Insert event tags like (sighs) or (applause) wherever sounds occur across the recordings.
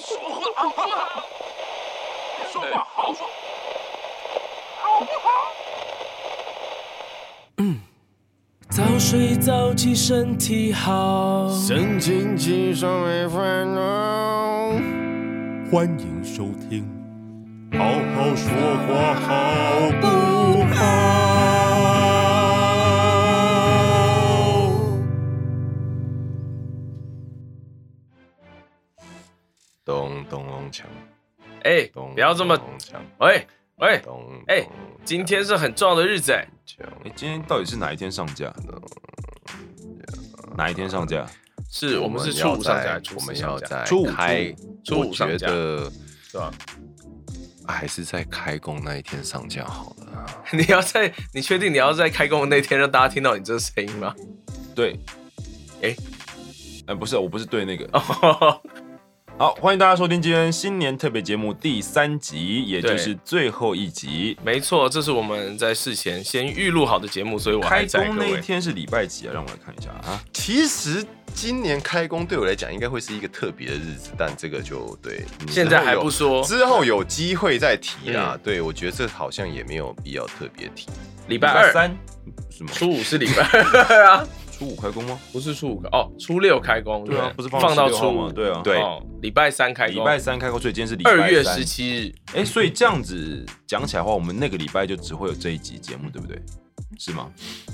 好不好？说话好说，好不好？早睡早起身体好。神清气爽没烦恼。欢迎收听，好好说话好不好？咚咚咚锵，哎，咚，不要这么，咚锵，喂喂，咚，哎今天是很重要的日子哎，锵哎，今天到底是哪一天上架？哪一天上架？是我们是初要五上架在还是，初我四们上要架，在初五开，初五我觉上架得是吧？还是在开工那一天上架好了。 (laughs) 你要在你确定你要在开工的那天让大家听到你这个声音吗？ (laughs) 对，哎哎，不是，我不是对那个。哦，好，欢迎大家收听今天新年特别节目第三集，也对就是最后一集。没错，这是我们在事前先预录好的节目，所以我还开在工各那一位。天是礼拜几啊？让我来看一下啊。其实今年开工对我来讲应该会是一个特别的日子，但这个就对，嗯现在还不说，之后有机会再提啦。对，我觉得这好像也没有必要特别提。礼礼拜二，三是吗？初五是礼拜二啊，初五开工吗？不是初五哦，初六开工，对啊对，不是放到到16初号五吗？，对啊，对哦，礼拜三开工，礼拜三开工，所以今天是礼拜二月三十。七日，哎，所以这样子讲起来的话，我们那个礼拜就只会有这一集节目，对不对？是吗？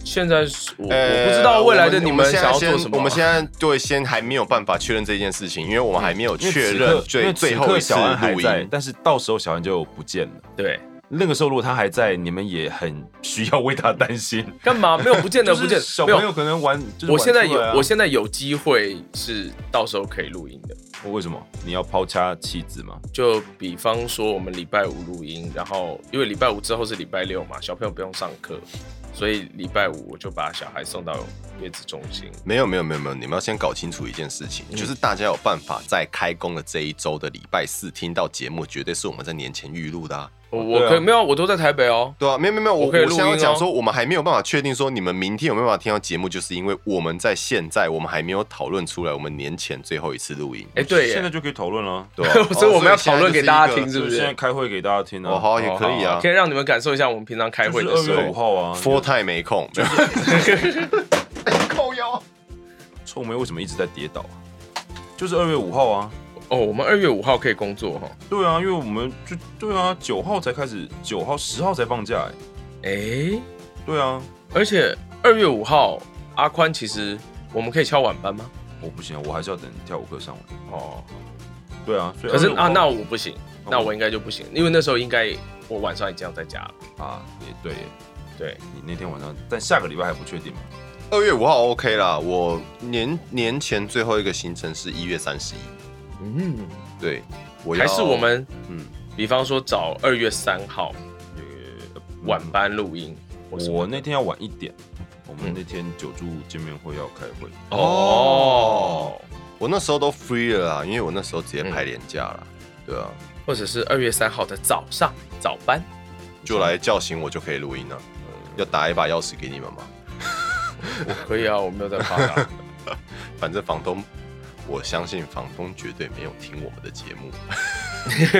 现在是我呃我不知道未来的你我们现想在要先做什么啊，我们现在对先还没有办法确认这件事情，因为我们还没有嗯因为确此刻认因最为此最刻后一次小安还录在，音。但是到时候小安就不见了。对。那个时候如果他还在，你们也很需要为他担心。干嘛？没有，不见得，(laughs) 不就见是得，小没朋友有。可能玩，就是我玩现在出来啊有，我现在有机会是到时候可以录音的。为什么你要抛家弃子吗？就比方说，我们礼拜五录音，然后因为礼拜五之后是礼拜六嘛，小朋友不用上课，所以礼拜五我就把小孩送到月子中心。没有没有没有没有，你们要先搞清楚一件事情，就是大家有办法在开工的这一周的礼拜四听到节目，绝对是我们在年前预录的啊。我我对啊可以没有，我都在台北哦。对啊，没有没有没有，我我可以录音想要讲哦说，我们还没有办法确定说你们明天有没有办法听到节目，就是因为我们在现在我们还没有讨论出来我们年前最后一次录音，哎，对现在耶，就可以讨论了。对 (laughs) 啊所以我们要讨论给大家。哦所以现在就是一个听，是不就是现在是？开会给大家听哦，啊，好，也可以啊可以让你们感受一下我们平常开会的就是时二月候五。号啊。 ，full time 没 (laughs) 空，扣腰。臭妹为什么一直在跌倒啊？就是二月五号啊。哦，我们二月五号可以工作哈。对啊，因为我们就对啊，九号才开始，九号十号才放假哎、哎，对啊，而且二月五号，阿宽其实我们可以敲晚班吗？我不行，啊我还是要等跳舞课上完。哦，对啊，所以可2是月5号啊，那我不行，那我应该就不行，因为那时候应该我晚上已经要在家了。啊也对耶，对，你那天晚上，但下个礼拜还不确定嘛？二月五号 OK 啦，我年年前最后一个行程是一月三十一，嗯，对，我要还是我们，嗯比方说找二月三号晚班录音。或什么我那天要晚一点，我们嗯那天九柱见面会要开会。哦，我那时候都 free 了啊啦，因为我那时候直接排年假啦，对啊，或者是二月三号的早上早班，就来叫醒我就可以录音了，要打一把钥匙给你们吗？我可以啊，我没有在发达。反正房东，我相信房东绝对没有听我们的节目。 (laughs)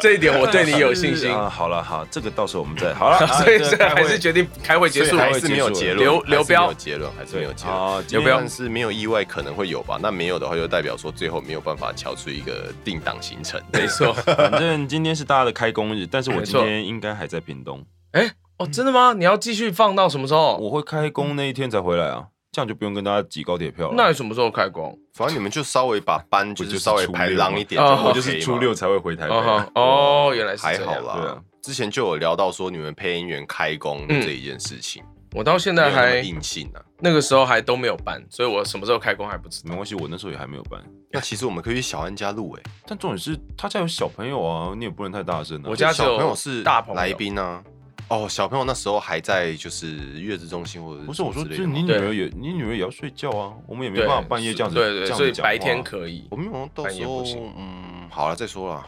这一点我对你有信是心，。啊好了，好，这个到时候我们再好了 (laughs) 所以啊这还是决定开会结所束以还是没有结论，刘还是刘没彪有结论，还是没对有结论。啊，有今不要天但是没有意外可能会有吧，那没有的话就代表说最后没有办法敲出一个定档行程。没错。 (laughs) 反 (laughs) 正今天是大家的开工日，但是我没今错天应该还在屏东，哎，哦，真的吗？你要继续放到什么时候？我会开工那一天才回来啊，这样就不用跟大家挤高铁票了。那你什么时候开工？反正你们就稍微把班就是稍微排狼一点，我就哦我 OK 就是初六嘛才会回台北。哦哦，原来是这还样好对啦啊。之前就有聊到说你们配音员开工的这一件事情，我到现没有在那么嗯还硬性啊。那个时候还都没有办，所以我什么时候开工还不知道没。关系，我那时候也还没有办。那其实我们可以去小安家录诶，但重点是他家有小朋友啊，你也不能太大声啊。我家只小朋友有是大朋友来，宾啊。哦，小朋友那时候还在就是月子中心或者不是我说，之类就是的吗你女儿也，你女儿也要睡觉啊，我们也没对办法半夜这样子，对对，这样所子以讲话啊白天可以我。们好像到半夜时不候行，嗯，好了再说啦。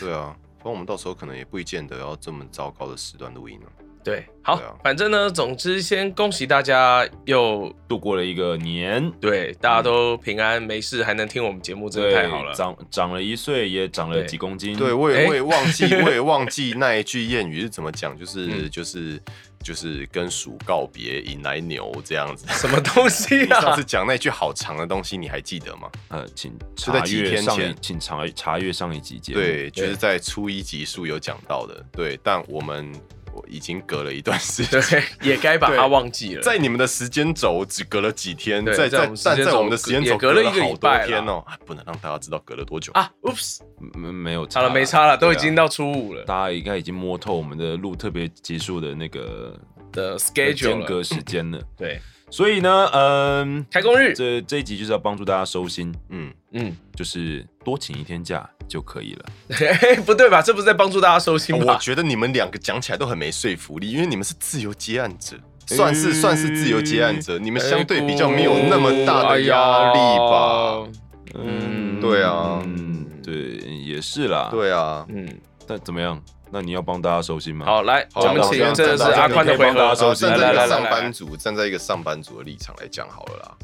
对啊，不然我们到时候可能也不见得要这么糟糕的时段录音了、对，好，对啊反正呢，总之先恭喜大家又度过了一个年，对，大家都平安没事，还能听我们节目，真的太好了。长长了一岁，也长了对几公斤。对，我也哎我也忘 (laughs) 记，我也忘记那一句谚语是怎么讲，就是嗯就是就是跟鼠告别，引来牛这样子。什么东西 (laughs) 你上啊次？讲那句好长的东西，你还记得吗？呃，请是在查几阅天上一前，请查查阅上一集节目。对，就对是在初一集数有讲到的。对，但我们我已经隔了一段时间， (laughs) 对，也该把它对忘记 (laughs) 了。在你们的时间轴只隔了几天，对在在我在们时间但在轴我们的时间也轴隔了了一个礼好多拜了天哦，啊不能让大家知道隔了多久。啊，oops，嗯没没有好了，没差了，都已经到初五啊了大家应该已经摸透我们的录特别集数的那个的的 schedule 间隔了。时间了。对，所以呢，嗯，开工日，这这一集就是要帮助大家收心，嗯，嗯， (laughs) 就是多请一天假就可以了。嘿不对吧？这不是在帮助大家收心哦我吧？觉得你们两个讲起来都很没说服力，因为你们是自由接案者，算是算是自由接案者，你们相对比较没有那么大的压力吧？哦哎呀？嗯，对啊嗯，对，也是啦。，对啊，嗯，但怎么样？那你要帮大家收心吗？，好，来，好我们那我请先这是站到这阿宽的回可以帮大合家收呃，集站在一来来来个来上来班，族，站在一个上班族的立场来讲好了啦。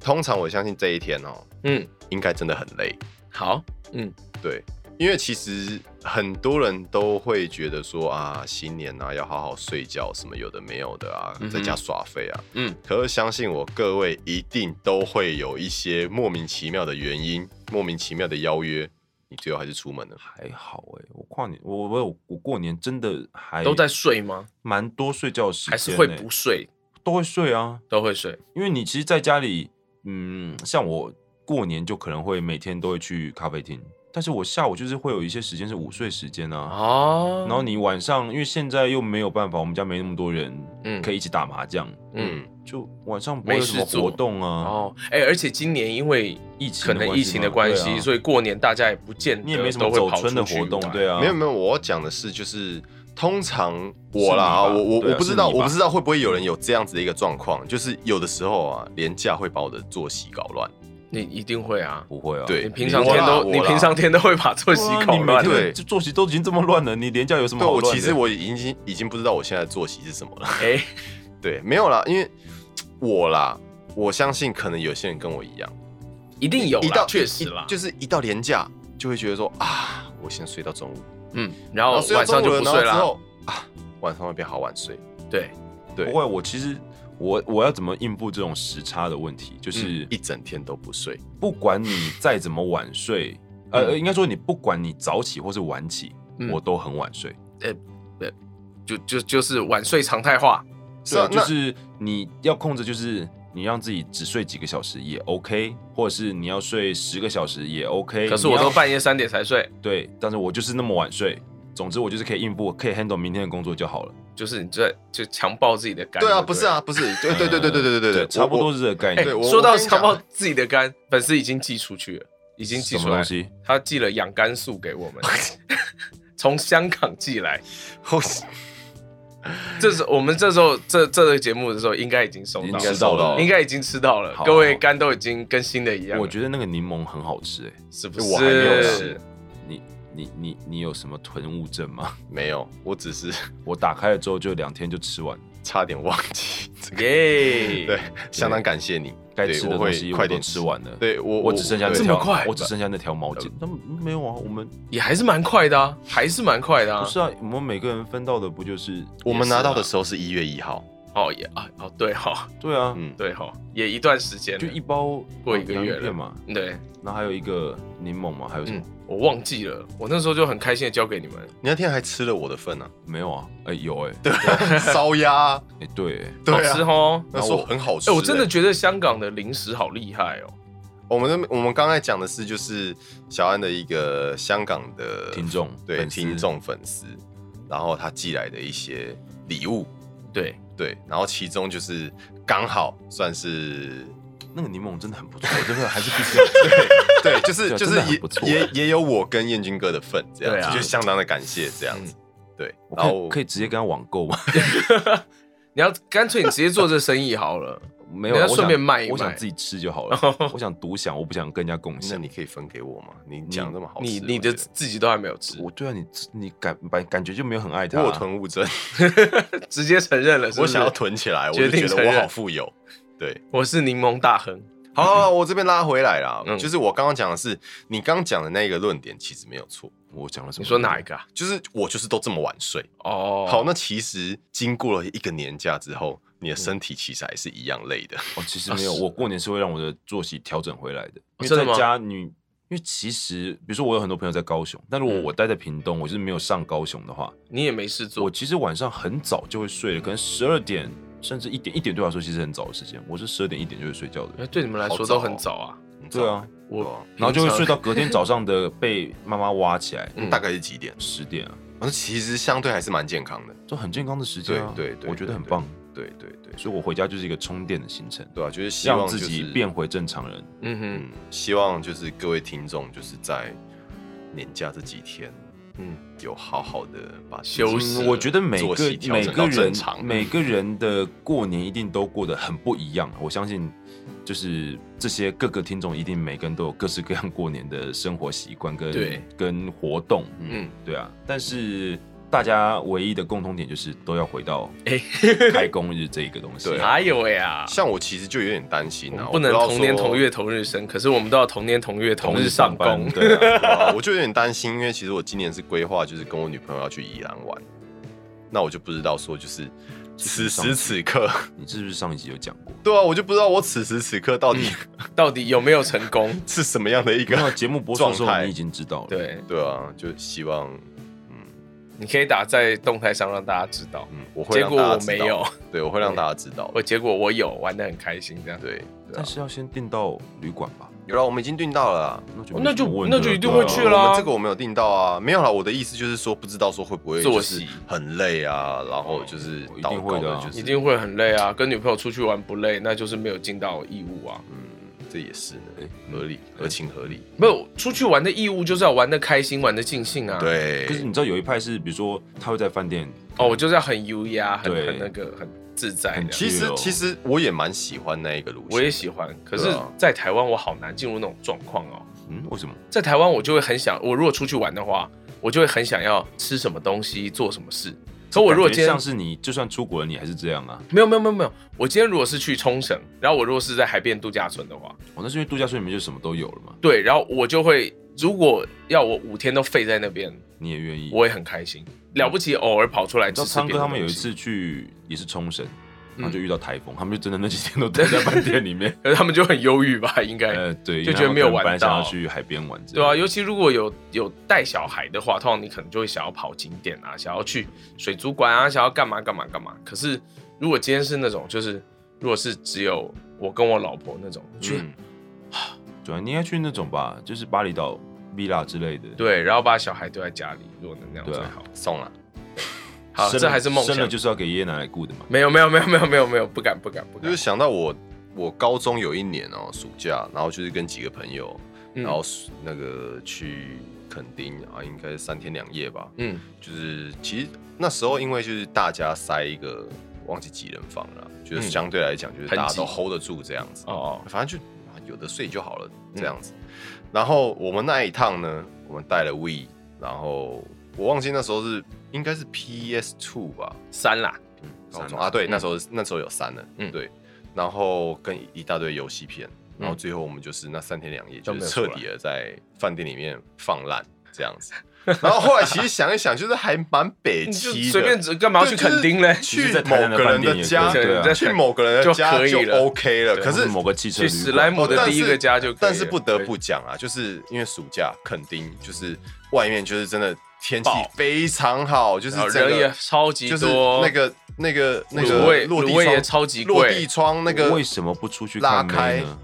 通常我相信这一天哦，嗯，应该真的很累，好，对，因为其实很多人都会觉得说啊，新年啊要好好睡觉，什么有的没有的啊嗯哼，在家耍废啊。嗯，可是相信我，各位一定都会有一些莫名其妙的原因，莫名其妙的邀约，你最后还是出门了。还好哎、我跨年，我我有我过年真的还都在睡吗？蛮多睡觉的时间、欸，还是会不睡？都会睡啊，都会睡。因为你其实在家里，嗯，像我过年就可能会每天都会去咖啡厅，但是我下午就是会有一些时间是午睡时间啊。哦，然后你晚上，因为现在又没有办法，我们家没那么多人，嗯可以一起打麻将，嗯，就晚上不会有什没么事做活动啊。哦，哎、而且今年因为疫情可的能关疫系情嘛的关对系，啊所以过年大家也不见得你也没什都么会走跑春的出去活动，玩对，啊，没有没有，我要讲的是就是。通常是我你啦，吧啊我我对我啊不知道，是你我吧不知道会不会有人有这样子的一个状况，就是有的时候啊，廉价会把我的作息搞乱。你一定会啊。不会啊。对你平常我天啦都，我你啦平常天都会把作息哇搞你每乱天的。的就作息都已经这么乱了，你廉价有什么对，好我乱的？其实我已经已经不知道我现在的作息是什么了。 (laughs) 哎、对，没有啦，因为我啦，我相信可能有些人跟我一样，一定哦有一到啦，确实啦一，就是一到年假就会觉得说啊，我先睡到中午，嗯，然哦然后后睡到晚中上午了，就不然后睡之啦。后啊，晚上会变好晚睡，对，对不，会，我其实我我要怎么应付这种时差的问题？嗯就是一整天都不睡，不管你再怎么晚睡，呃，应该说你不管你早起或是晚起，嗯我都很晚睡。就就就是晚睡常态化。是啊对就是你要控制，就是你让自己只睡几个小时也 OK，或者是你要睡十个小时也 OK。可是我都办半夜三点才睡，对，但是我就是那么晚睡。总之，我就是可以应付，可以 handle 明天的工作就好了。就是你这就强暴自己的肝。对啊，不不是啊，不是，对对对对对对对对，差不我多是这个概哎、念。对我说到我跟你讲强暴自己的肝，粉丝已经寄出去了，已经寄什出么来东了。西？他寄了养肝素给我们， (laughs) 从香港寄来。我这是我们这时候这这个节目的时候，应该已经收已到经了，知道收到了了。应该已经吃到了。好各位好肝都已经跟新的一样了，我觉得那个柠檬很好吃、哎，是不是？我还没有吃你你你你有什么囤物症吗？ (laughs) (laughs) 没有，我只是 (laughs) 我打开了之后就两天就吃完了，差点忘记这个，耶！对，相当感谢你，该对吃我的会东西快我都点吃，完了。，对我我只剩下那对这么条快，我只剩下那条毛巾。那没有啊，我们也还是蛮快的啊，还是蛮快的不啊。是啊，我们每个人分到的不就是我们拿到的也是时候是一月一号，哦也啊哦对哈啊？对啊，嗯，对哈，也一段时间了就一包啊过一个洋芋月了片嘛，对，然后还有一个柠檬嘛，还有什么嗯？，我忘记了，我那时候就很开心的交给你们。你那天还吃了我的份呢，没有啊？哎，有哎， (laughs) 烧 (laughs) 鸭，哎对哎，对啊好吃哦。那时候很好吃、哎，我真的觉得香港的零食好厉害哦。我们的我们刚才讲的是，就是小安的一个香港的听，众对粉丝听众粉丝，然后他寄来的一些礼物，对，对，然后其中就是刚好算是，那个柠檬真的很不错，这个还是必须要吃。 (laughs) 对，就是对就真的是很也不错也也有我跟燕军哥的份，这对样啊子就相当的感谢这样子，对，我然可以后可以直接跟他网购吗？你要干脆你直接做这生意好了。 (laughs) 没有，啊你要我顺便想卖一我想卖自己吃就好了，我想独享，我不想跟人家共那享你。可以分给我吗？你讲这么好吃，你我你的觉自己都还没有吃，我对啊，你你感感感觉就没有很爱得他啊、我有囤物症，直接承认了是不我是想要囤起来，我就决定觉得承我认好富有。 (laughs) 对，我是柠檬大亨，好好，好我这边拉回来啦，嗯就是我刚刚讲的是你刚刚讲的那个论点，其实没有错，我讲了什么？你说哪一？个啊？就是我就是都这么晚睡。哦，好，那其实经过了一个年假之后，你的身体其实还是一样累的。哦，其实没有，我过年是会让我的作息调整回来的，因为真的在吗家你，因为其实比如说我有很多朋友在高雄，但如果嗯我待在屏东，我就是没有上高雄的话，你也没事我做，其实晚上很早就会睡了，可能十二点甚至一点，一点对我来说其实很早的时间，我是十二点一点就会睡觉哎的。对你们来好说早都哦很早啊。哦你知对道啊吗，，对我啊然后就会平常睡到隔天早上的被妈妈挖起来，嗯大概是几点？十点啊，我说其实相对还是蛮健康的。这很健康的时间对啊，对对，我觉得对很棒，。对对对，所以我回家就是一个充电的行程，对啊，就是希望让自己就是变回正常人。嗯哼嗯，希望就是各位听众就是在年假这几天，嗯，有好好的把自己休息嗯我觉得每作个息调每整个到正人常，每个人的过年一定都过得很不一样。我相信，就是这些各个听众一定每个人都有各式各样过年的生活习惯对跟跟活动，嗯，对啊。但是大家唯一的共通点就是都要回到哎开工日这一个东 (laughs) 西。对哪有呀？像我其实就有点担心啊我啊，我们不能知道同年说同月同日生，可是我们都要同年同月同日上班工。对啊。对啊我就有点担心，因为其实我今年是规划就是跟我女朋友要去宜兰玩，那我就不知道说就是此时此刻， (laughs) 你是不是上一集有 (laughs) 讲过？对啊，我就不知道我此时此刻到底嗯到底有没有成 (laughs) 功？是什么样的一然后个， (laughs) 节目播出的时状候，态你已经知道了。，对，对啊，就希望你可以打在动态上让大家知道。嗯，我会让结果大家我没知道有，对，我会让大家知道我，结果我有玩的很开心，这样。对，对啊但是要先订到旅馆吧。有了，我们已经订到了啦。那就哦没那什就么问那题就嗯了对啊一定会去我了啊们这个我没有订到啊，没有啦。我的意思就是说，不知道说会不会作就是息很累啊，然后就是一定祷告会的啊就是一定会很累啊，跟女朋友出去玩不累，那就是没有尽到义务啊。嗯这也是呢哎，合理，合情合理。没有出去玩的义务就是要玩的开心，玩的尽兴啊。，对可，是你知道有一派是，比如说他会在饭店，哦，我就是要很优雅，很对很那个，很自在很的。其对实哦其实我也蛮喜欢那一个路线，我也喜欢，可是对啊，在台湾我好难进入那种状况哦。嗯，为什么？在台湾，我就会很想，我如果出去玩的话，我就会很想要吃什么东西，做什么事。可我如果感觉今天像是你，就算出国了，你还是这样啊。没有没有没有没有，我今天如果是去冲绳，然后我如果是在海边度假村的话，哦，那是因为度假村里面就什么都有了嘛，对，然后我就会，如果要我五天都废在那边，你也愿意。我也很开心。了不起，偶尔跑出来你知道吃吃昌别哥的他们有一东西，。次去也是冲绳，然后就遇到台风，他们就真的那几天都待在饭店里面 (laughs) 可是他们就很忧郁吧？应该、呃，对，就因为觉得他们没有可能玩本来想到要去海边玩之类对的。啊，尤其如果有有带小孩的话，通常你可能就会想要跑景点啊，想要去水族馆啊，想要干嘛干嘛干嘛。可是如果今天是那种，就是如果是只有我跟我老婆那种，去、嗯， (sighs) 对啊，你应该去那种吧，就是巴厘岛、villa 之类的。对，然后把小孩丢在家里，如果能那样对最啊好。送了。好，生了这还是梦生了想。就是要给爷爷奶奶顾的嘛。没有没有没有没有没有没有，不敢不敢不就敢是。想到我，我高中有一年哦，暑假，然后就是跟几个朋友，嗯然后那个去垦丁啊，应该是三天两夜吧。嗯，就是其实那时候因为就是大家塞一个忘记几人房了，就是嗯相对来讲就是大家都很挤 hold 得住这样子。哦，嗯反正就啊有的睡就好了这样子。然后我们那一趟呢，我们带了 We，然后我忘记那时候是应该是 PS Two 吧，三啦，高三中啊啊，对，嗯那时候那时候有三了，嗯对，然后跟一大堆游戏片，然后嗯最后我们就是那三天两夜，就都没是有彻底的在饭店里面放烂这样子。然后后来其实想一想，就是还蛮北 (laughs) 你就七的，随便只干嘛要去对就是垦丁嘞？其去实在台南某个的人饭店的也家，可以对啊去某个人的就家可以就了 OK 了。对可或是某个汽车去旅史馆莱姆哦的但第一是个家就可以了。但是不得对不讲啊，就是因为暑假肯定就是外面就是真的天气爆非常好，就是然后整个人也超级就是多，那个那个那卤个味落地卤味窗也超级贵落地窗那个为什么不出去拉看开妹呢？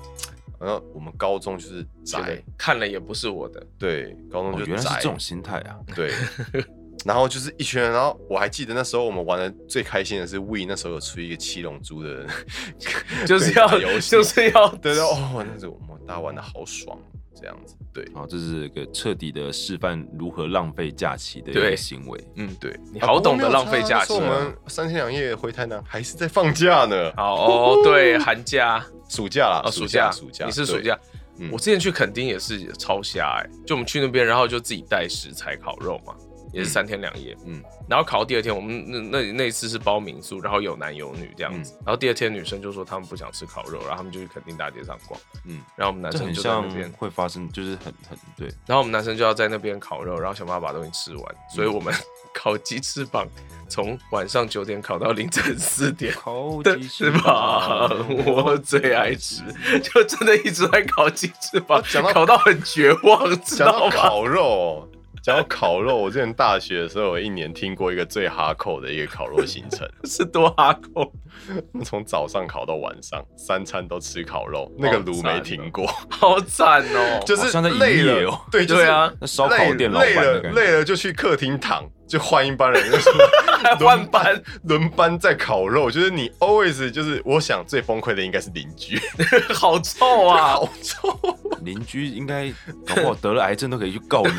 然后我们高中就是觉得宅，看了也不是我的，对，高中哦，就原来是宅这，种心态啊！ (laughs) 对。然后就是一群人，然后我还记得那时候我们玩的最开心的是 We，那时候有出一个七龙珠的就是要游戏就是要对对哦，那时候我们大家玩的好爽，这样子。对，好，这是一个彻底的示范如何浪费假期的一个对行为。嗯，对，你啊好懂得浪费啊假不期过。没有差那是我们三天两夜回台南还是在放假呢，好哦，对，寒假暑假啦，啊，暑暑假，暑假，你是对暑，假。嗯我之前去垦丁也是超瞎哎、就我们去那边，然后就自己带食材烤肉嘛，也是三天两夜，嗯嗯，然后烤到第二天，我们那那那一次是包民宿，然后有男有女这样嗯子，然后第二天女生就说她们不想吃烤肉，然后他们就去垦丁大街上逛，嗯嗯，然后我们男这生很就在像那边，会发生，就是很很对，然后我们男生就要在那边烤肉，然后想办法把东西吃嗯完，所以我们 (laughs) 烤鸡翅膀从晚上九点烤到凌晨四 (laughs) 点，烤对，是吧？我最爱吃，就真的一直在烤鸡翅膀，哦讲到烤到很绝望， (laughs) 知讲到道吗？烤肉哦，讲到烤肉，我之前大学的时候，有一年听过一个最哈扣的一个烤肉行程， (laughs) 是多哈扣，从早上烤到晚上，三餐都吃烤肉，那个炉没停过，好惨 (laughs) 哦！就好是像在营累业了，哦对，就是对啊，那烧烤店老累板了的感觉，累了就去客厅躺，就换一班人，就是换班轮班在烤肉，就是你 always 就是我想最崩溃的应该是邻居，好臭啊！好臭， (laughs) 邻居应该搞不好得了癌症都可以去告 (laughs) 你。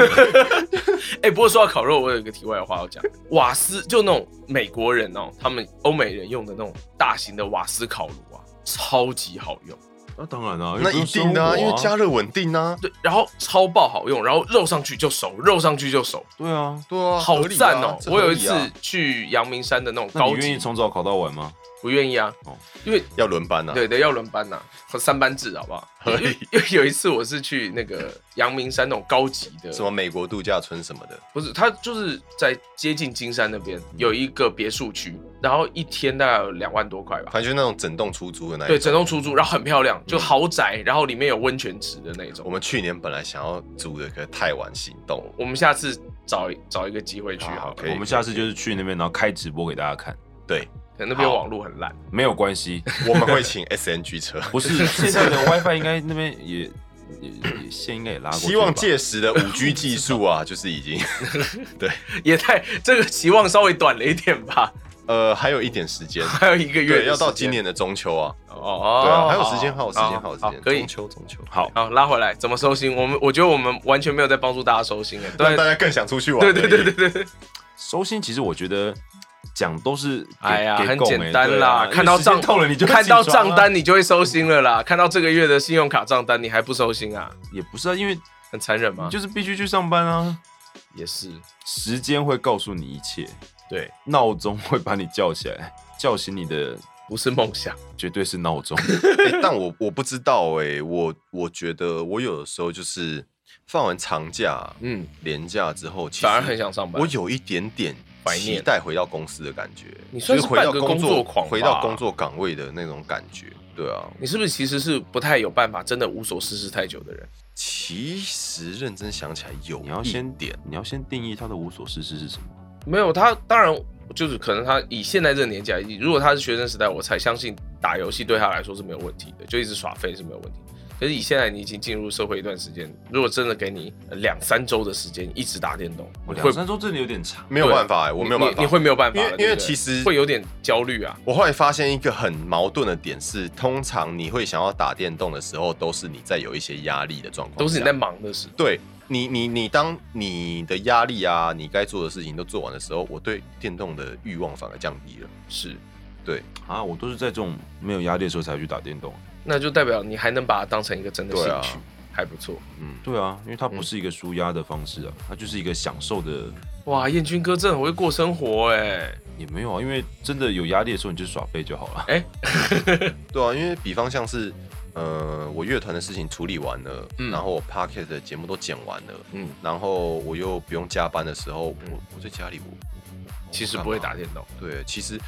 哎、不过说到烤肉，我有一个题外话要讲。瓦斯就那种美国人哦，他们欧美人用的那种大型的瓦斯烤炉啊，超级好用，那当然啊，那一定的、啊，因为加热热稳定啊，对，然后超爆好用，然后肉上去就熟，肉上去就熟，对啊。对啊，好合理啊赞哦！这合我理啊有一次去阳明山的那种那你高愿级意，从早烤到晚吗？不愿意啊，哦因为要轮班啊，对对，要轮班呐、和三班制好不 (laughs) 好？合理因为因为有一次我是去那个阳明山那种高级的，什么美国度假村什么的，不是，他就是在接近金山那边嗯有一个别墅区，然后一天大概有两万多块吧。反正就是那种整栋出租的那一对，种。整栋出租，然后很漂亮，嗯就豪宅，然后里面有温泉池的那种。我我们去年本来想要租的，可是太晚行动。我们下次找找一个机会去好嗯好了，可以我们下次就是去那边，然后开直播给大家看， (laughs) 对，可能那边网络很烂。没有关 (laughs) 系。我们会请 SNG (laughs) 车，不是现在的 WiFi 应该那边也也也线应该也拉过去吧。希望届时的五 G (laughs) 技术啊，就是已经对，也太这个期望稍微短了一点吧， (laughs) 呃，还有一点时间，还有一个月对，的要到时间今年的中秋啊，哦哦，对啊，还有好时间，还有时间，好还有时好间，可以中。秋中秋。好好，拉回来，怎么收心？我们我觉得我们完全没有在帮助大家收心哎，让对大家更想出去玩。对对对对，对对，收心，其实我觉得讲都是给哎呀，给很够简没单对啦啊，看到时间账到了你就会看到起床啊账单你就会收心了啦，看到这个月的信用卡账单你还不收心啊？也不是啊，因为很残忍吗你？就是必须去上班啊，也是，时间会告诉你一切，对，闹钟会把你叫起来，叫醒你的不是梦想。绝对是闹 (laughs) 钟。欸但我我不知道哎、我我觉得我有的时候就是放完长假、嗯，年假之后，其实反而很想上班。我有一点点怀念期待回到公司的感觉，你算就是是回到半个工工作狂吧回到工作岗位的那种感觉。对啊，你是不是其实是不太有办法真的无所事事太久的人？其实认真想起来有你要一先点，你要先定义他的无所事事是什么。没有，他当然就是可能他以现在这个年纪来，如果他是学生时代，我才相信打游戏对他来说是没有问题的，就一直耍废是没有问题。可是以现在你已经进入社会一段时间，如果真的给你呃两三周的时间一直打电动，我你两会三周真的有点长，没有办法、欸，我没有办你法，你会没有办法的，因为对不对因为其实会有点焦虑啊。我后来发现一个很矛盾的点是，通常你会想要打电动的时候，都是你在有一些压力的状况下，都是你在忙的时候，对你你你当你的压力啊，你该做的事情都做完的时候，我对电动的欲望反而降低了。是，啊，我都是在这种没有压力的时候才去打电动。那就代表你还能把它当成一个真的兴对啊趣，还不错。嗯，对啊，因为它不是一个舒压的方式啊，它就是一个享受的。哇，彦军哥真的很会过生活哎！也没有啊，因为真的有压力的时候，你就耍废就好了。哎，对啊，因为比方像是呃，我乐团的事情处理完了，嗯然后我 p o c k e t 的节目都剪完了，嗯，然后我又不用加班的时候，我我在家里我其实不会打。我电动，干嘛对，其实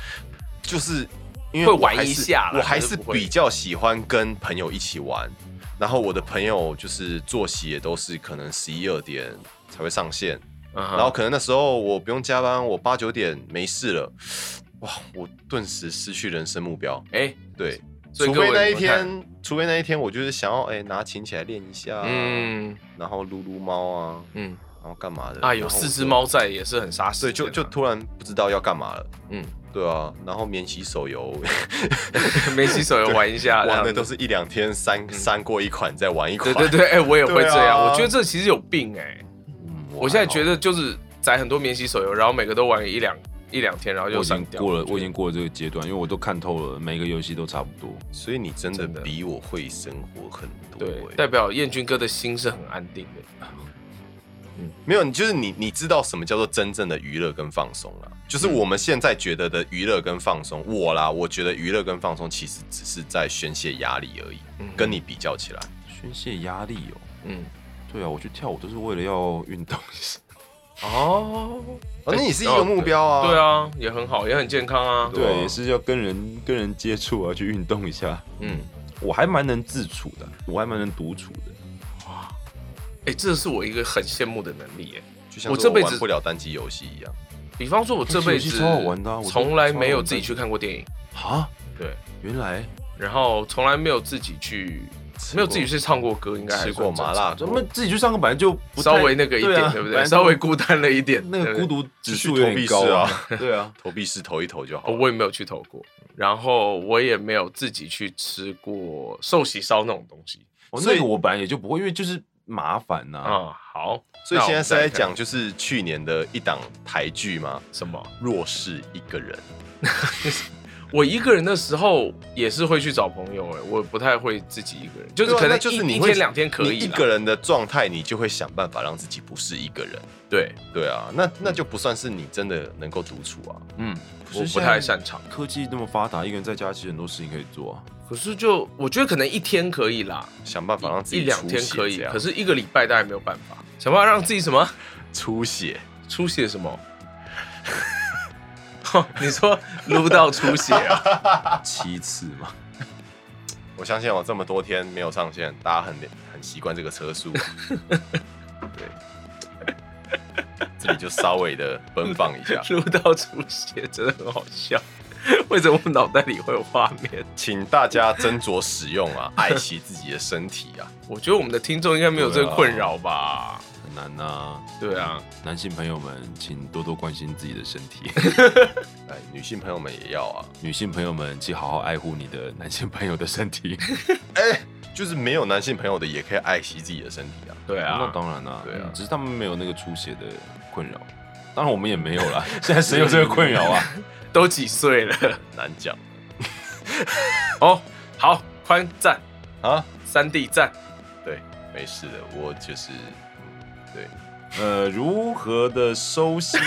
就是因为会我玩还一是下啦我还可是是不会比较喜欢跟朋友一起玩。然后我的朋友就是作息也都是可能十一二点才会上线，嗯哼然后可能那时候我不用加班，我八九点没事了，哇，我顿时失去人生目标。哎，对，所以除各位非那一你们看，天，除啊非那一天，我就是想要哎、拿琴起来练一下，嗯，嗯然后撸撸猫啊，嗯，然后干嘛的啊，有四只，猫在也是很杀然后我死对，人啊、 (laughs) 就就突然不知道要干嘛了，嗯， (laughs) 对啊，然后免洗手游没洗手也玩 (laughs) 一下， (laughs) 玩这的样都子是一两天删删过一款再玩一款，啊嗯对对对，哎、我也会对啊这样，我觉得这其实有病哎、嗯，我现在还好觉得就是载很多免洗手游，然后每个都玩个一两一两天，然后我就已删经掉。过了，我已觉经过了这个阶段，因为我都看透了，每个游戏都差不多。 (laughs) 所以你真的真的比我会生活很多、得欸对，代表彦军哥的心是很安定的。没有，你就是你，你知道什么叫做真正的娱乐跟放松了？嗯就是我们现在觉得的娱乐跟放松，我啦，我觉得娱乐跟放松其实只是在宣泄压力而已。跟你比较起来，宣泄压力哦，嗯，对啊，我去跳舞都是为了要运动一 (laughs) 下。哦，哦，那你是一个目标啊。对，啊，也很好，也很健康啊。对啊，也是要跟人跟人接触啊，去运动一下。嗯，我还蛮能自处的，我还蛮能独处的。哎、这是我一个很羡慕的能力耶。就像我是这辈子玩不了单机游戏一样。比方说，我这辈游戏子超好玩的啊我觉得从来超好没有玩自己的去看过电影，啊，对，原来然后从来没有自己去，没有自己去唱过歌，应该还吃过算麻辣咱锅，们自己去上课本来就不正常太稍微那个一对点，啊对不本对？来就稍微孤单了一点，那对个不孤对独指去数投有币点式高啊， (laughs) 对啊，投币式投一投就好哦了。我也没有去投过，然后我也没有自己去吃过寿喜烧那种东西哦所以那个我本来也就不会，因为就是麻烦呐、啊。好，所以现在是在那我讲们再看就是去年的一档台剧嘛，什么？ 《弱势一个人》。我一个人的时候也是会去找朋友、哎，我不太会自己一个人，就是对啊可能那一就是你一会天两天可以你一啦个人的状态，你就会想办法让自己不是一个人。对，对啊，那那就不算是你真的能够独处啊。嗯，我不太擅。长。科技那么发达，一个人在家其实很多事情可以做啊。可是就我觉得可能一天可以啦，想办法让自一己两天可以，可是是一个礼拜大概没有办法。想办法让自己什么出血，出血什么？ (laughs) 哦你说撸到出血啊？ (laughs) 七次嘛，我相信我这么多天没有上线，大家很很习惯这个车速。对，这里就稍微的奔放一下，撸到出血，真的很好笑。为什么我脑袋里会有画面？请大家斟酌使用啊，爱惜自己的身体啊。我觉得我们的听众应该没有这个困扰吧？很难呐、对啊，男性朋友们，请多多关心自己的身体； (laughs) 哎，女性朋友们也要啊。女性朋友们，请好好爱护你的男性朋友的 (laughs) 身体。哎，就是没有男性朋友的也可以爱惜自己的身体啊。对那啊，当然啦、对啊嗯只是他们没有那个出血的困扰。当然我们也没有啦， (laughs) 现在谁有这个困扰啊？都几岁了？难讲哦，好，宽赞，啊。三 D 赞， (laughs) 对，没事的，我就是，嗯对，呃，如何的收 (laughs) 心？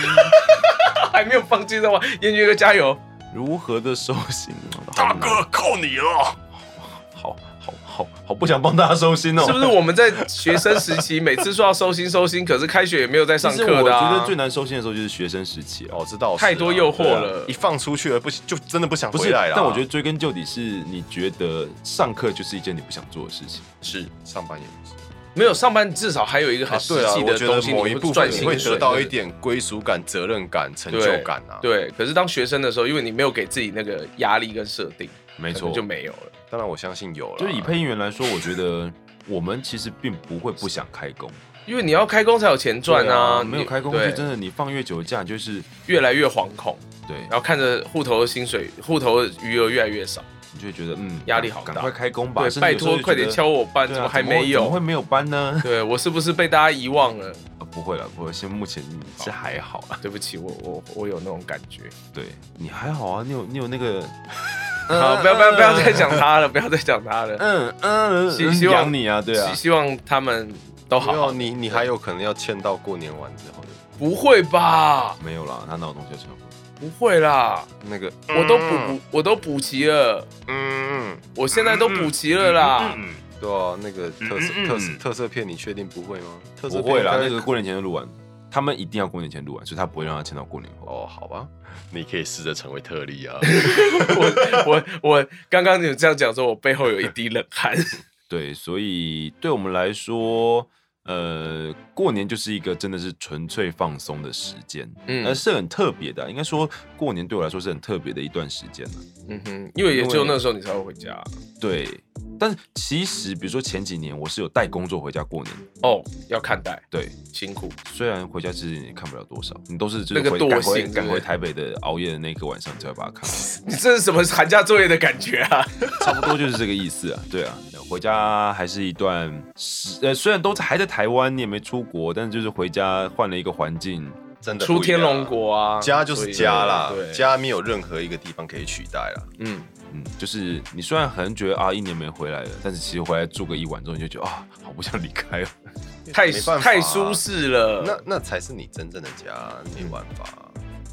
还没有放弃的话，燕军哥加油！如何的收心？大哥靠你了，好好好好不想帮大家收心哦。是不是我们在学生时期每次说要收心收 (laughs) 心，可是开学也没有在上其实课的、啊？我觉得最难收心的时候就是学生时期哦。我知道太多诱惑对啊了一放出去了不行，就真的不想不回是，来了。但我觉得追根究底是你觉得上课就是一件你不想做的事情。是上班也不是，没有上班，至少还有一个很啊，实对啊，际我的觉东得西，某你一会部分赚你薪会水得到一点归属感、责任感、成就对感啊。，对，可是当学生的时候，因为你没有给自己那个压力跟设定，没可能就没有了。当然我相信有了，就是以配音员来说，我觉得我们其实并不会不想开工。因为你要开工才有钱赚对啊，你没有开工就对真的你放越久的假，你就是越来越惶恐，对然，后看着户头的薪水、户头的余额越来越少，你就会觉得嗯，压力好大赶快开工吧，对，甚至拜有时候托就快觉点得敲我班，对啊怎么还会没怎么会有？没有班 (laughs) 呢？对我是不是被大家遗忘了？啊不会了，不会，现在目前是还好啦。对不起，我我我有那种感觉。对你还好啊，你有你有那个，好，不要不要不要再讲他了，不 (laughs) 要再讲他了。嗯嗯，希嗯希望养你啊，对啊希，希望他们都没好有好。你，你还有可能要欠到过年完之后的不会吧？没有啦，他脑洞就成功。不会啦，那个，我都嗯补我都补齐了，嗯，我现在都补齐了啦。对啊，那个特色特色特色片，你确定嗯不会吗？特色不片会啦，应该那个过年前就录完，他们一定要过年前录完，所以他不会让他签到过年后。哦，好吧，你可以试着成为特例 (laughs) 啊。嗯我我我刚刚你这样讲说，我背后有一滴冷汗。对，所以对我们来说，呃，过年就是一个真的是纯粹放松的时间，嗯呃，是很特别的啊、应该说过年对我来说是很特别的一段时间了。啊嗯哼，因为也只有那时候你才会回家。对，但是其实，比如说前几年我是有带工作回家过年，哦，要看待，对，辛苦，虽然回家其实也看不了多少，你都是就是那个回惰赶回性赶对回台北的熬夜的那个晚上才会把它 (laughs) 看完，你这是什么寒假作业的感觉啊？差不多就是这个意思啊。对啊，回家还是一段时，呃，虽然都还在台湾，你也没出国，但是就是回家换了一个环境，真的不一出样天龙，国啊，家就是家啦所以，对，家没有任何一个地方可以取代啦。嗯，嗯，就是你虽然很觉得啊一年没回来了，但是其实回来住个一晚之后，你就觉得啊，好不想离开哦。太没办法啊太舒适了，那那才是你真正的家，没办法，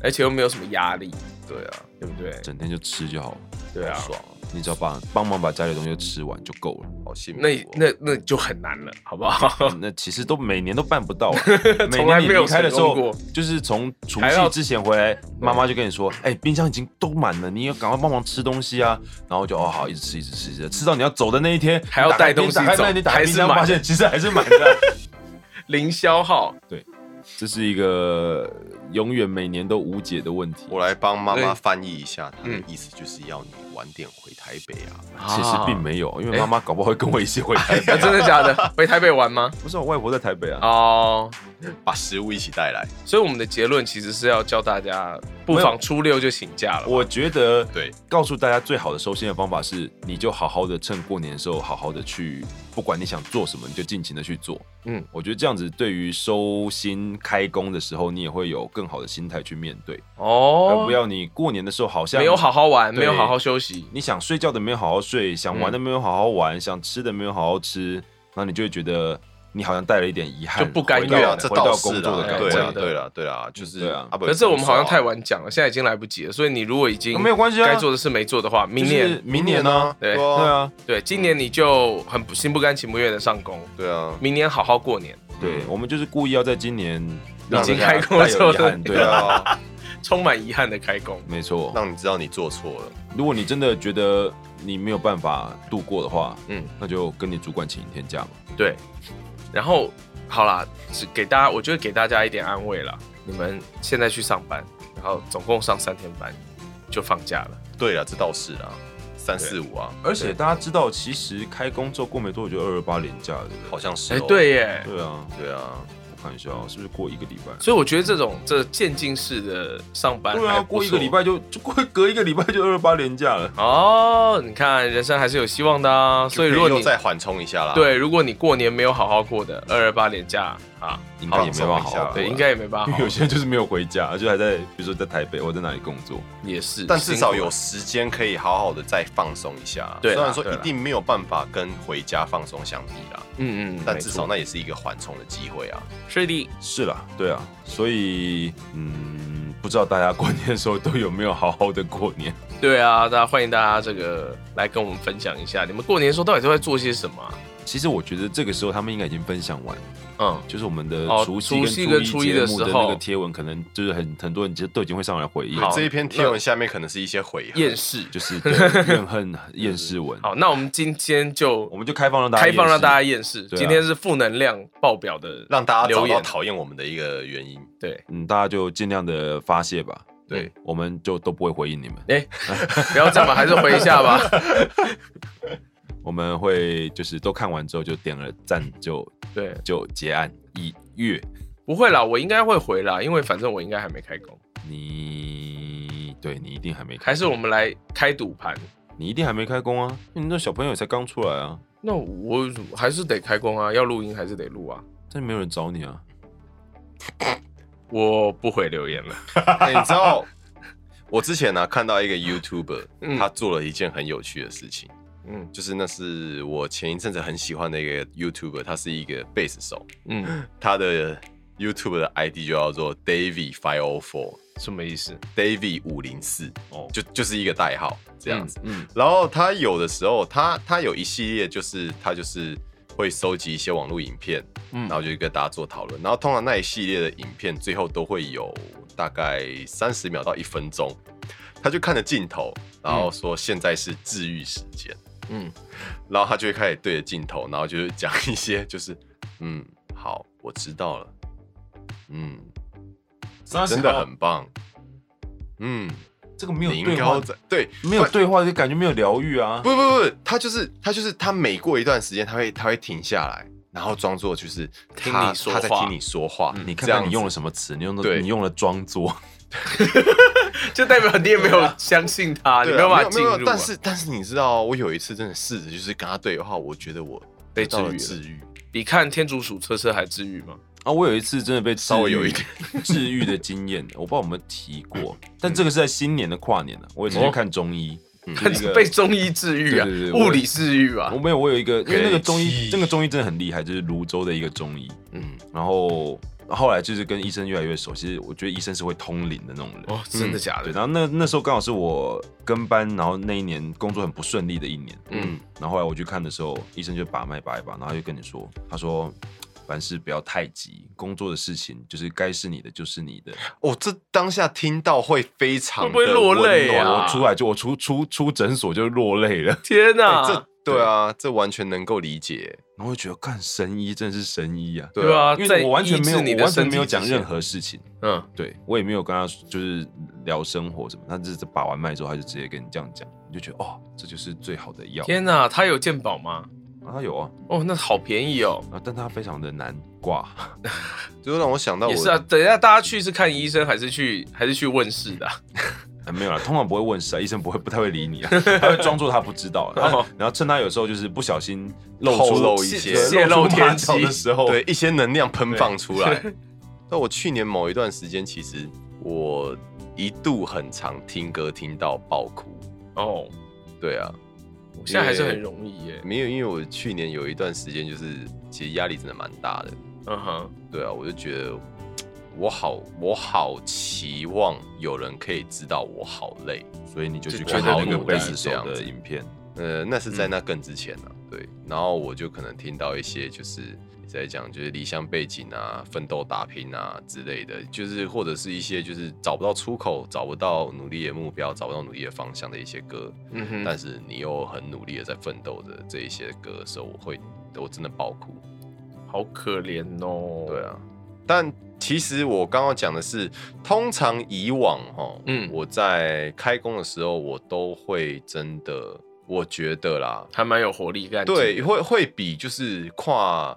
而且又没有什么压力，对啊，对不对？整天就吃就好了，哦对啊好，爽，你只要帮帮忙把家里的东西都吃完就够了。好幸福哦。那那那就很难了，好不好？ (laughs) 哦那其实都每年都办不到啊，每从来年你没有离开的时成功候过，就是从除还要嗯夕之前回来，妈妈就跟你说，哎、冰箱已经都满了，你要赶快帮忙吃东西啊。然后就哦好，一直吃，一直吃，一直吃，吃到你要走的那一天，还要你打开带东西你打开走那你打开还冰是箱满的发现其实还是满的。啊零消耗，这是一个永远每年都无解的问题，我来帮妈妈对翻译一下，她的嗯意思就是要你晚点回台北啊。其实并没有，哎因为妈妈搞不好会跟我一起回 (laughs) 台北啊，真的假的？回台北玩吗？不是我外婆在台北啊，哦，把食物一起带来。所以我们的结论其实是要教大家，不妨初六就请假了。我觉得对，告诉大家最好的收心的方法是，你就好好的趁过年的时候，好好的去，不管你想做什么，你就尽情的去做。嗯嗯，我觉得这样子对于收心开工的时候，你也会有更好的心态去面对，哦，而不要你过年的时候好像没有好。好玩，对没有好好休息。你想睡觉的没有好好睡，想玩的没有好好玩，想吃的没有好好吃，然后你就会觉得你好像带了一点遗憾，就不甘回愿对啊，到这回到倒工是作啦的，感岗对位啦，觉对啦，对啦，就是对啊阿伯，可是我们好像太，晚讲了，现在已经来不及了。所以你如果已经没有关系啊该做的事没做的话，明就是年明年呢、啊？对对对啊，啊，对，今年你就很不心不甘情不愿的上工，对啊，明年好好过年，对，我们就是故意要在今年嗯让已经大家开工带有做遗憾的对对啊，啊，充满遗憾的开工。没错。让你知道你做错了，如果你真的觉得你没有办法度过的话，嗯嗯，那就跟你主管请一天假嘛。对，然后好啦，只给大家，我觉得给大家一点安慰啦。你们现在去上班，然后总共上三天班，就放假了。对啊，这倒是啦，三四五啊，而且大家知道，其实开工之后过没多久就二二八连假了，对不对？好像是哎、哦，对耶，对啊，对啊，我看一下哦，是不是过一个礼拜？所以我觉得这种这渐进式的上班，对啊，过一个礼。拜就就过隔一个礼拜就二二八连假了。哦，你看人生还是有希望的啊。所以如果又你再缓冲一下啦，，对，如果你过年没有好好过的二二八连假啊，应该也没办法放松好一下好过啊，对，应该也没办因 (laughs) 法好 (laughs) 为有些人就是没有回家，就还在比如说在台北或在哪里工作。也是，但至少辛苦啊有了时间可以好好的再放松一下，对啦啊虽然说对一啦定没有办法跟回家放松相比啦，嗯嗯，但没至错少那也是一个缓冲的机会啊，是的，是啦，对啊，所以嗯，不知道大家过年的时候都有没有好好的过年？对啊，大家欢迎大家这个来跟我们分享一下，你们过年的时候到底都在做些什么啊、其实我觉得这个时候他们应该已经分享完了，嗯，就是我们的哦除夕除跟夕夕跟初一节的目时的候那个贴文，可能就是很很多人其实都已经会上来回应，好这一篇贴文下面可能是一些悔恨，厌世。就是对怨恨厌世文。好，那我们今天就我们就开放让大家开放让大家厌厌世。对啊啊今天是负能量爆表的，让大家找留到言。讨厌我们的一个原因。对世，嗯，大家就尽量的发泄吧。对，我们就都不会回应你们，哎， (laughs) 不要这样吧，还是回一下吧。我们会就是都看完之后就点了赞就对，就结案一月。不会啦，我应该会回啦，因为反正我应该还没开工。你对你一定还没开，还是我们来开赌盘？你一定还没开工啊！你那小朋友才刚出来啊，那我还是得开工啊，要录音还是得录啊。但没有人找你啊。我不回留言了。哎你知道， (laughs) 我之前呢、看到一个 YouTuber，、嗯他做了一件很有趣的事情，嗯就是那是我前一阵子很喜欢的一个 YouTuber，他是一个贝斯手， (laughs) 嗯，他的 YouTube 的 ID 就叫做 Davy Five O Four，Davy 什么意思？嗯五零四，哦，就就是一个代号这样子。嗯，然后他有的时候，他他有一系列就是他就是会收集一些网络影片，嗯然后就跟大家做讨论。然后通常那一系列的影片最后都会有大概三十秒到一分钟，他就看着镜头，然后说现在是治愈时间，嗯，然后他就会开始对着镜头，然后就是讲一些就是嗯，好，我知道了，嗯，三真的很棒，嗯，这个没有零对高话，仔，对，没有对话就感觉没有疗愈啊。不不不，他就是他就是他每过一段时间，他会他会停下来，然后装作就是听他你说他在话嗯听你说话，你看这样看你用子了什么词，你用的对你用了装作，就代表你也没有相信他，你对啊没有办法没进有没入啊有。但是但是你知道，我有一次真的试着就是跟他对话，我觉得我被得到了治治愈。比看天竺鼠车车还治愈吗？啊，我有一次真的被治稍微愈有一点 (laughs) 嗯治愈的经验，我不知道有没有提过，但这个是在新年的跨年了，我也是哦去看中医，看 (laughs) 被中医治愈啊对对对，我物理治愈啊我。没有，我有一个，因为那个中医气，那个中医真的很厉害，就是泸州的一个中医。嗯，然后后来就是跟医生越来越熟，其实我觉得医生是会通灵的那种人。哦，真嗯的假对，的？然后那那时候刚好是我跟班，然后那一年工作很不顺利的一年，嗯嗯，然后后来我去看的时候，医生就把脉把一把，然后就跟你说，他说凡事不要太急，工作的事情就是该是你的就是你的，我哦这当下听到会非常会不会的落泪温啊暖我出来就我出出出诊所就落泪了， (laughs) 天哎哪这！对啊，这完全能够理解。然后我就觉得看神医真的是神医啊，对啊，因在为我完全没有医治你我的完身全体没有讲之前任，何事情，嗯，对我也没有跟他就是聊生活什么，他就是把完脉之后，他就直接跟你这样讲，你就觉得哦，这就是最好的药。天哪，他有鉴宝吗？啊，他有啊，哦，那好便宜哦。啊，但他非常的难挂。 (laughs) 就让我想到我也是啊，等一下大家去是看医生还是去还是去问世的啊、啊没有啦，通常不会问事啊，医生不会不太会理你啊，他会装作他不知道，然后然后趁他有时候就是不小心露透出露一些对泄露出天马脚机的时候，对，一些能量喷放出 (laughs) 来。那我去年某一段时间，其实我一度很常听歌听到爆哭。哦，对啊，我现在还是很容易耶。没有，因为我去年有一段时间就是其实压力真的蛮大的。嗯哼，对啊，我就觉得我好，我好期望有人可以知道我好累。所以你就去就看觉得那个孤贝单斯手这样的子影片，呃，那是在那嗯更之前呢、对，然后我就可能听到一些就是在讲就是离乡背景啊、奋斗打拼啊之类的，就是或者是一些就是找不到出口、找不到努力的目标、找不到努力的方向的一些歌，嗯哼，但是你又很努力的在奋斗的这一些歌的时候，我会我真的爆哭。好可怜哦。对，啊，但其实我刚刚讲的是，通常以往哈，嗯嗯，我在开工的时候，我都会真的，我觉得啦，还蛮有活力感。对，，啊会会比就是跨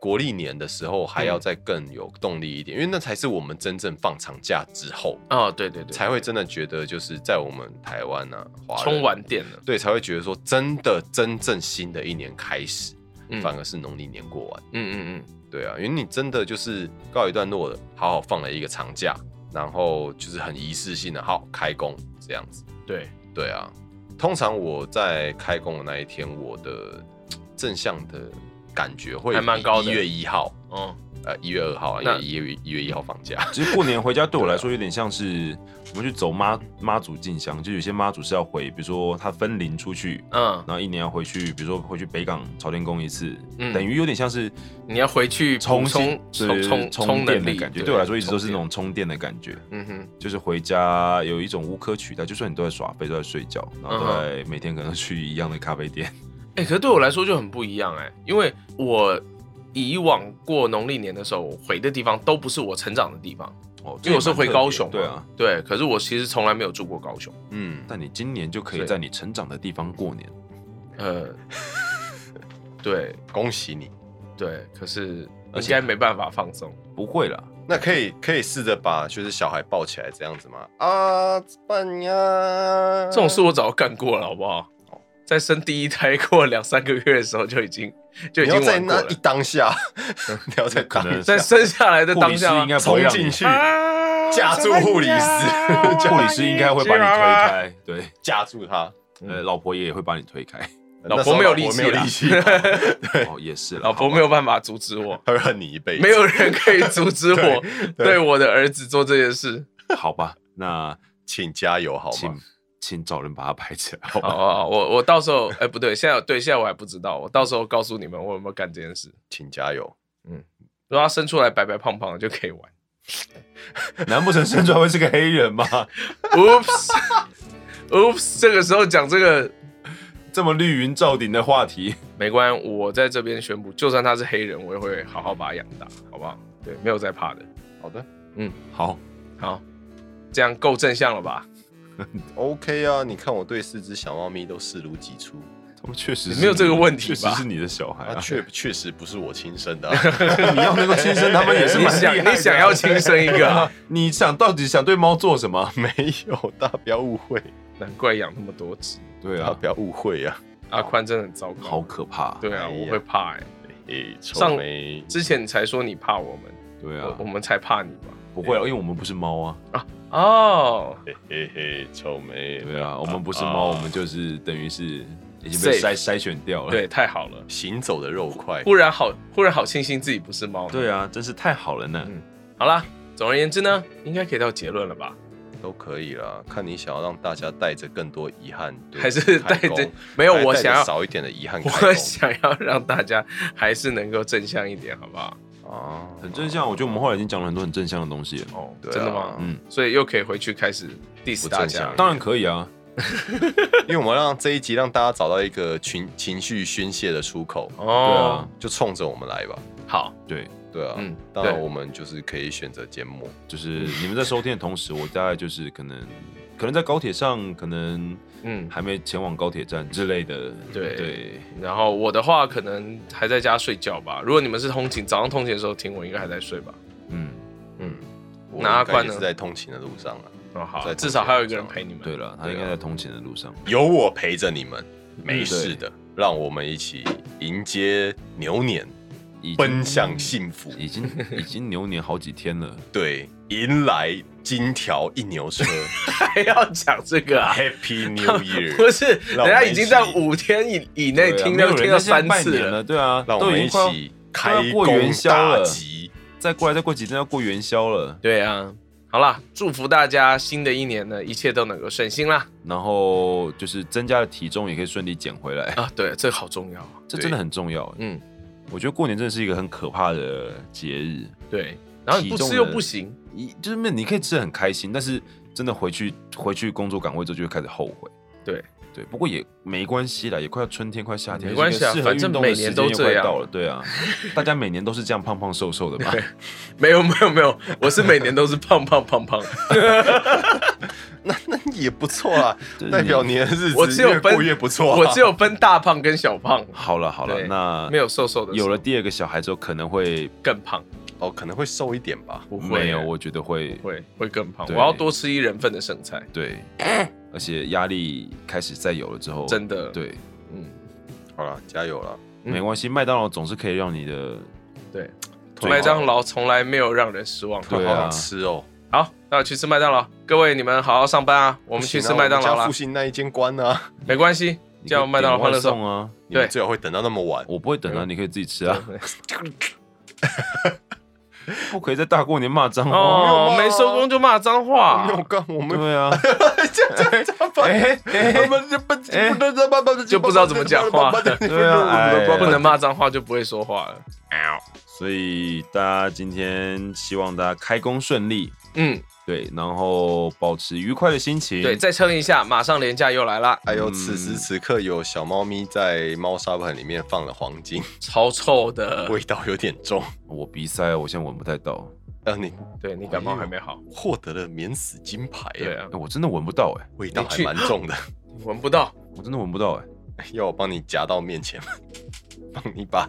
国历年的时候还要嗯再更有动力一点，因为那才是我们真正放长假之后哦，对对对，才会真的觉得，就是在我们台湾啊，华人充完电了。对才会觉得说真的真正新的一年开始，嗯反而是农历年过完。嗯嗯嗯，对啊，因为你真的就是告一段落了，好好放了一个长假，然后就是很仪式性的好开工这样子。对，对啊，通常我在开工的那一天，我的正向的感觉会还蛮高一的月一号，哦，呃，一月二号啊，因那为一月一月一号放假。其实过年回家对我来说有点像是我们去走妈妈祖进香，就有些妈祖是要回，比如说他分灵出去，嗯，然后一年要回去，比如说回去北港朝天宫一次，嗯等于有点像是你要回去充补充充充充充电能的力感觉。对对我来说一直都是那充种充电的感觉，嗯哼，就是回家有一种无可取代，就算你都在耍废，都在睡觉，然后嗯都哼在每天可能去一样的咖啡 (laughs) 店，哎、可是对我来说就很不一样哎、因为我以往过农历年的时候，我回的地方都不是我成长的地方，哦，因为我是回高雄嘛，对啊。对，可是我其实从来没有住过高 (laughs) 雄，嗯，但你今年就可以对在你成长的地方过年，呃，对恭喜你。对，可是而应且该没办法放松，不会啦，那可以可以试着把就是小孩抱起来这样子吗？啊，笨呀！这种事我早就干过了，好不好？在生第一胎过两三个月的时候就已经就已你要经在玩过那了一，当下，你要在当可能下在生下来的护理当师下吗啊应该不会冲让你进，去，架住护理师，护理师应该会把你推开，对，架住他。嗯呃，老婆也会把你推 (laughs) 开，那老时婆候没有老力婆气没有啦力气，哦，也是啦老婆没有办法阻止我。他会恨你一辈子。没有人可以阻 (laughs) 止我对对我的儿子做这件事。好吧，那请加油好吗请？请找人把它拍起来，好好吧？好好，哦我我到时候，哎、不对，现在对，现在我还不知道，我到时候告诉你们我有没有干这件事。请加油！如果他生出来白白胖胖的就可以玩。 (laughs) 难不成生出来会是个黑人吗？ Oops，Oops，这个时候讲这个这么绿云罩顶的话题，没关系，我在这边宣布，就算他是黑人，我也会好好把他养大，好不好？对，没有在怕的。好的，好，好，这样够正向了吧？ OK 啊，你看我对四只小猫咪都视如己出，他们确实你是没有这个你问题确实吧是你的小孩哎啊，啊，确确实不是我亲生的、 (laughs) 啊。 (laughs) 你要能够亲生，他们也是你蛮厉想害的啊你想要亲生一 (laughs) 个啊，你想到底想对猫做什么？ (laughs) 没有，大家不要误会，难怪养那么多只。对大家啊，不要误会啊。阿宽真的很糟好糕，可怕。对啊，哎呀我会怕哎。诶、上臭美，之前你才说你怕我们，对啊我我，们才怕你吧？不会啊，因为我们不是猫啊。哦，嘿嘿嘿，臭美。对啊，我们不是猫，我们就是等于是已经被 Safe 筛筛选掉了。对，太好了，行走的肉块。忽然好，忽然好庆幸自己不是猫。，对啊，真是太好了呢。好啦，总而言之呢，应该可以到结论了吧？都可以啦，看你想要让大家带着更多遗憾，对还是开带工着没有还是我带着想要少一点的遗憾开工。我想要让大家还是能够正向一点，好不好？啊，很正向，我觉得我们后来已经讲了很多很正向的东西了。哦，对啊真的吗？嗯嗯，所以又可以回去开始 diss 不大正家向。当然可以啊，因为我们让这一集让大家找到一个情情绪宣泄的出口，对哦啊，，就冲着我们来吧。好，对，对啊，嗯当然对我们就是可以选择缄默。 (laughs) 就是你们在收听的同时，我大概就是可能可能在高铁上，可能嗯，还没前往高铁站之类的。对对，然后我的话可能还在家睡觉吧。如果你们是通勤，早上通勤的时候听，我应该还在睡吧。嗯，嗯，我那阿应该宽也呢是在通勤的路上啊，哦，好，在至少还有一个人陪你们。对，啊了，他应该在通勤的路上。有我陪着你们，嗯没事的，让我们一起迎接牛年，嗯已经奔向幸福。已经已经牛年好几天 (laughs) 了，对，迎来金条一牛车 (laughs) 还要讲这个啊？ ，Happy (laughs) New 不 Year！是，人让我们家已经在一起五天以以内对啊听没有到人听在现在到三拜次年了，，对啊，让我都已们经一快起要快要开过工元宵大了，吉。再过来再过几天要过元宵了，对啊。好啦，祝福大家新的一年呢，一切都能够顺心啦！然后就是增加的体重也可以顺利减回来， (laughs) 啊，对，这个好重要啊。这真的很重要。嗯，我觉得过年真的是一个很可怕的节日，对，然后你不体重吃的又不行，一就是没有你可以吃得很开心，但是真的回去回去工作岗位之后就会开始后悔。对对，不过也没关系啦，也快要春天，快夏天，没关系啊是一个适合反正运动的每年时都间又快这样到了，对啊，大家每年都是这样胖胖瘦瘦的 (laughs) 吧？没有没有没有，我是每年都是胖胖 (laughs) 胖胖，那 (laughs) 那也不错啊，对代表你的日我子只有越分过越不错啊。我只有分大胖跟小胖，好了好了，对那没有瘦瘦的时候，有了第二个小孩之后，可能会更胖，哦，可能会瘦一点吧。不会没有，我觉得会会会更胖，我对要多吃一人份的剩菜，对，而且压力开始再有了之后，真的，，对，嗯，好了，加油了！嗯没关系，麦当劳总是可以让你的对，最麦当劳从来没有让人失望过。对好啊想吃哦。好，那去吃麦当劳，各位你们好好上班啊，我我们去吃麦当劳家啦附，近那一间关啊，没关系，你可以叫麦当劳点欢乐外嗯颂送，啊，你们对最好会等到那么晚。我不会等啊，你可以自己吃啊， (laughs) 不可以在大过年骂脏话。哦，没收工就骂脏话没，有干， (laughs) 我们对啊，哎我们就不不能再慢慢地就不知道怎么讲话对啊嗯哎不能骂脏话就不会说话了，所以大家今天希望大家开工顺利，嗯，对，然后保持愉快的心情，对，再撑一下，马上廉假又来啦。哎呦，此时此刻有小猫咪在猫砂盆里面放了黄金，超臭的。味道有点重。我鼻塞，我现在闻不太到，啊，你对你感冒还没好，获得了免死金牌啊，对啊，哎我真的闻不到，哎，味道还你去蛮重的。闻不到。我真的闻不到，哎，要我帮你夹到面前吗？ (laughs) 帮你把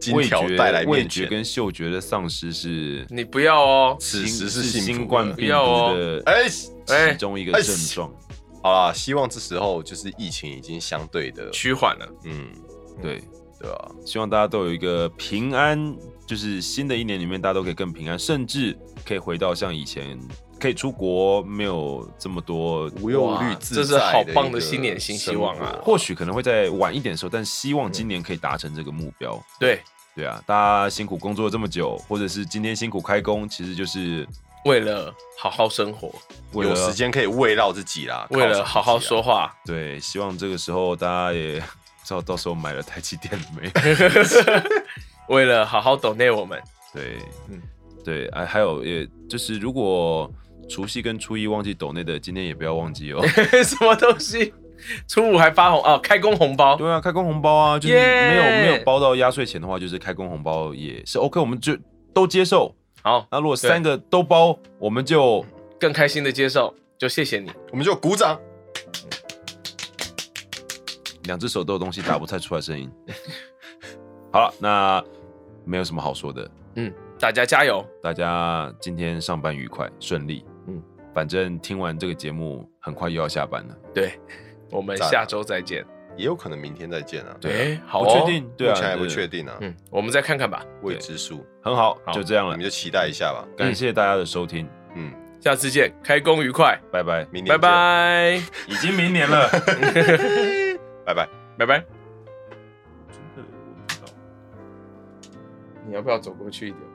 金味条觉带来味面觉前。跟嗅觉的丧失是你不要哦，此时是新幸福新冠的病要毒哦的哎，哎其中一个症状，好啦，希望这时候就是疫情已经相对的，趋缓了。嗯，对，对啊，希望大家都有一个平安，就是新的一年里面大家都可以更平安，甚至可以回到像以前可以出国，没有这么多，无忧无虑哇，自这是在好的棒一的个新年新希生望活啊或许可能会在晚一点的时候，但希望嗯今年可以达成这个目标。对，对啊，大家辛苦工作这么久，或者是今天辛苦开工，其实就是为了好好生活，为有了时间可以慰劳自己啦，为犒赏了自己啊好好啦说。话，对，希望这个时候大家也 (laughs) 不知道到时候买了台积电了没？ (laughs) (laughs) 为了好好 donate 我们。 (laughs) 对，嗯对，哎，还有，也就是如果除夕跟初一忘记抖内的，今天也不要忘记哦。 (laughs) 什么东西？初五还发红哦，开工红包。对啊，开工红包啊，就是没有 Yeah 没有包到压岁钱的话，就是开工红包也是 OK，我们就都接受。好，那如果三个都包，我们就更开心的接受，就谢谢你。我们就鼓掌。两只手都有东西打不太出来声音。 (laughs) 好了，那没有什么好说的，嗯，大家加油，大家今天上班愉快顺利。嗯嗯，反正听完这个节目，很快又要下班了。 (laughs) 对，我们赞啊下周再见。也有可能明天再见啊，对啊哎好不哦确定，对目啊，前还不对确，定啊，嗯，我们再看看吧，未知数，很好，好就这样我了们。就期待一下吧。感谢大家的收听，嗯，下次见，开工愉快，拜拜。明拜年见，拜，已经明年 (laughs) 了，拜拜。拜拜。你要不要走过去一点？